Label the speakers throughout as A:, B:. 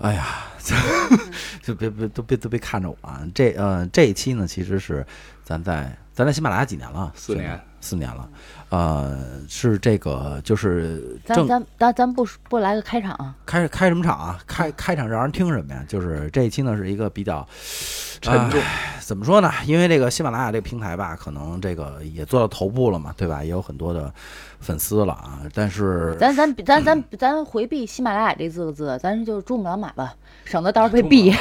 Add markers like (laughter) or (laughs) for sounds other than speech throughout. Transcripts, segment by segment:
A: 哎呀， (laughs) 就别别都别都别看着我啊！这呃这一期呢，其实是咱在咱在喜马拉雅几年了？
B: 四年
A: 现在，四年了。呃，是这个就是
C: 咱
A: 正
C: 咱咱咱不说不来个开场啊，
A: 开开什么场啊？开开场让人听什么呀？就是这一期呢是一个比较哎
B: 沉重，
A: 怎么说呢？因为这个喜马拉雅这个平台吧，可能这个也做到头部了嘛，对吧？也有很多的粉丝了啊。但是
C: 咱咱咱咱咱回避喜马拉雅这四个字，咱就是珠穆朗玛吧，省得到时候被毙。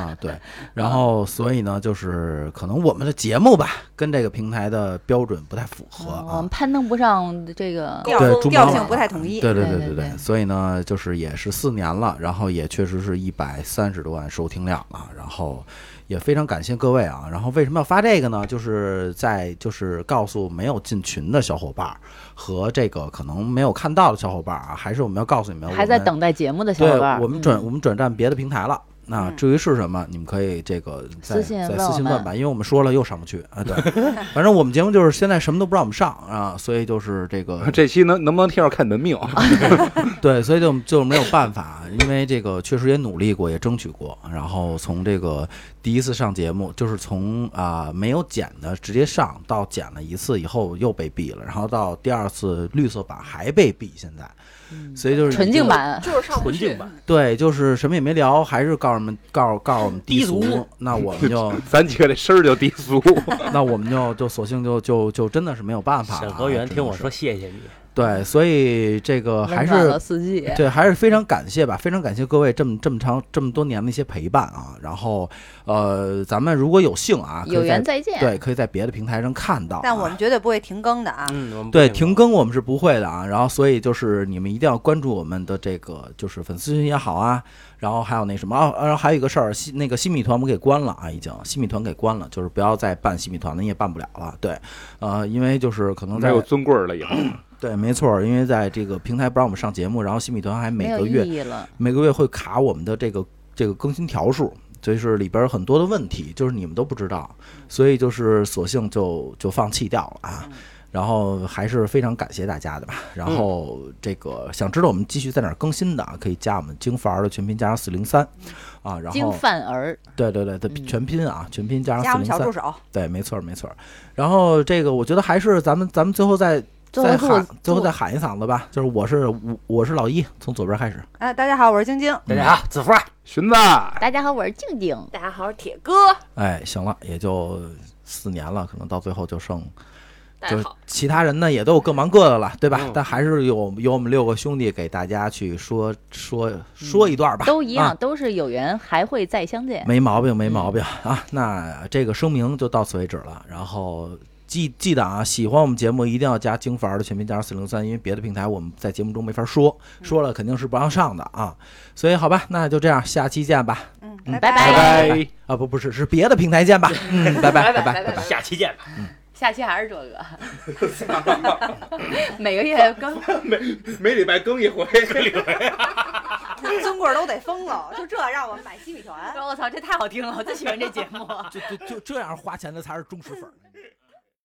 A: 啊，对，然后所以呢，就是可能我们的节目吧，跟这个平台的标准不太符合
C: 嗯我
A: 啊
C: 们。攀登不上这个
A: 对
D: 调风
A: 珠穆朗
D: 调
A: 玛
D: 性不太统一。
A: 对对
C: 对
A: 对
C: 对
A: 对，
C: 对
A: 所以呢，就是也是四年了，然后也确实是一百三十多万收听量了，然后也非常感谢各位啊。然后为什么要发这个呢？就是在就是告诉没有进群的小伙伴儿和这个可能没有看到的小伙伴儿啊，还是我们要告诉你们，
C: 还在。等待节目的小
A: 对
C: 伙伴儿，
A: 我们
C: 嗯
A: 转我们转战别的平台了。那
D: 嗯
A: 至于是什么，你们可以这个在
C: 私信
A: 在
C: 问
A: 私
C: 我
A: 信
C: 们
A: 问吧，因为我们说了又上不去啊。
C: (laughs)
A: 对，反正我们节目就是现在什么都不让我们上啊，所以就是这个
B: (laughs) 这期能能不能听着看你的命？ (laughs)
A: 对，所以就就没有办法，因为这个确实也努力过，也争取过。然后从这个第一次上节目，就是从啊、没有剪的直接上，到剪了一次以后又被毙了，然后到第二次绿色版还被毙，现在，所以就是
C: 嗯纯净版，
D: 就是上不
E: 纯
D: 去
E: 净，版，
A: 对，就是什么也没聊，还是告诉我们告告诉我们低
E: 低
A: 俗
E: 俗，
A: 那我们
E: (laughs)
A: 就
B: 咱几个这声儿就低俗，
A: 那我们就就索性就就就真的是没有办法了。啊
E: 审核员
A: 只能
E: 听我
A: 是
E: 说，谢谢你，
A: 对，所以这个还
C: 温暖
A: 是
C: 了四季。
A: 对，啊还是非常感谢吧，非常感谢各位这么这么长这么多年的一些陪伴啊。然后呃，咱们如果有幸啊，可以
C: 有缘
A: 在
C: 再见。
A: 对，可以在别的平台上看到啊、
D: 但我们绝对不会停更的啊。
E: 嗯，我们不
A: 对
E: 听
A: 停
E: 了
A: 更我们是不会的啊，然后所以就是你们一定要关注我们的这个就是粉丝群也好啊，然后还有那什么哦，然后还有一个事儿，西那个新米团我们给关了啊，已经新米团给关了，就是不要再办新米团了，你也办不了了。对，呃，因为就是可能
B: 没
A: 在
B: 有尊贵儿了以后，
A: 对，没错儿，因为在这个平台不让我们上节目，然后新米团还每
C: 没有
A: 个月
C: 意义了，
A: 每个月会卡我们的这个这个更新条数，就是里边有很多的问题，就是你们都不知道，所以就是索性就就放弃掉了啊。然后还是非常感谢大家的吧。然后这个想知道我们继续在哪儿更新的啊，可以加我们京范儿的全拼加上四零三啊，然
C: 经
A: 后
C: 范儿
A: 对对对，对
C: 嗯
A: 全拼啊，全拼加上
D: 加
A: 四
D: 我们
A: 零
D: 小助
A: 三，
D: 手，
A: 对，没错儿没错儿。然后这个我觉得还是咱们咱们最后再
C: 最
A: 再
C: 后祝
A: 喊最后
C: 祝
A: 再喊一嗓子吧，就是我是我我是老一，从左边开始。
D: 哎，大家好，我是晶晶。
E: 大家好，子啊发，
B: 寻子，
C: 大家好，我是静静。
A: 啊
D: 大家好，我是铁哥。
A: 哎，行了，也就四年了，可能到最后就剩，
F: 大
A: 就
F: 家
A: 是
F: 好，
A: 其他人呢也都有各忙各的了，对吧？
E: 嗯
A: 但还是有有我们六个兄弟给大家去说说说一段吧，
C: 都一样，
A: 啊
C: 都是有缘，还会再相见。
A: 没毛病，没毛病啊。那这个声明就到此为止了，然后。记记得啊，喜欢我们节目一定要加京范儿的全拼加上四零三，因为别的平台我们在节目中没法说，说了肯定是不让上的啊。所以好吧，那就这样，下期见吧。
D: 嗯，
A: 嗯
D: 拜
C: 拜
B: 拜
D: (laughs)
B: 拜。
A: 啊，不不是，是别的平台见吧。嗯，拜
F: 拜
A: 拜拜
F: 拜
A: 拜。
F: 拜，
E: (laughs) 下期见
B: (laughs)
E: 吧。
C: 下期还是这个， (laughs) 每个 (laughs) 月更
B: 每礼拜更一
E: (laughs)
B: 回，
D: 尊贵儿都得疯了，就这让我们买西米团。
C: 我操，这太好听了，我最喜欢这节目。
A: 就就就这样花钱的才是忠实粉儿。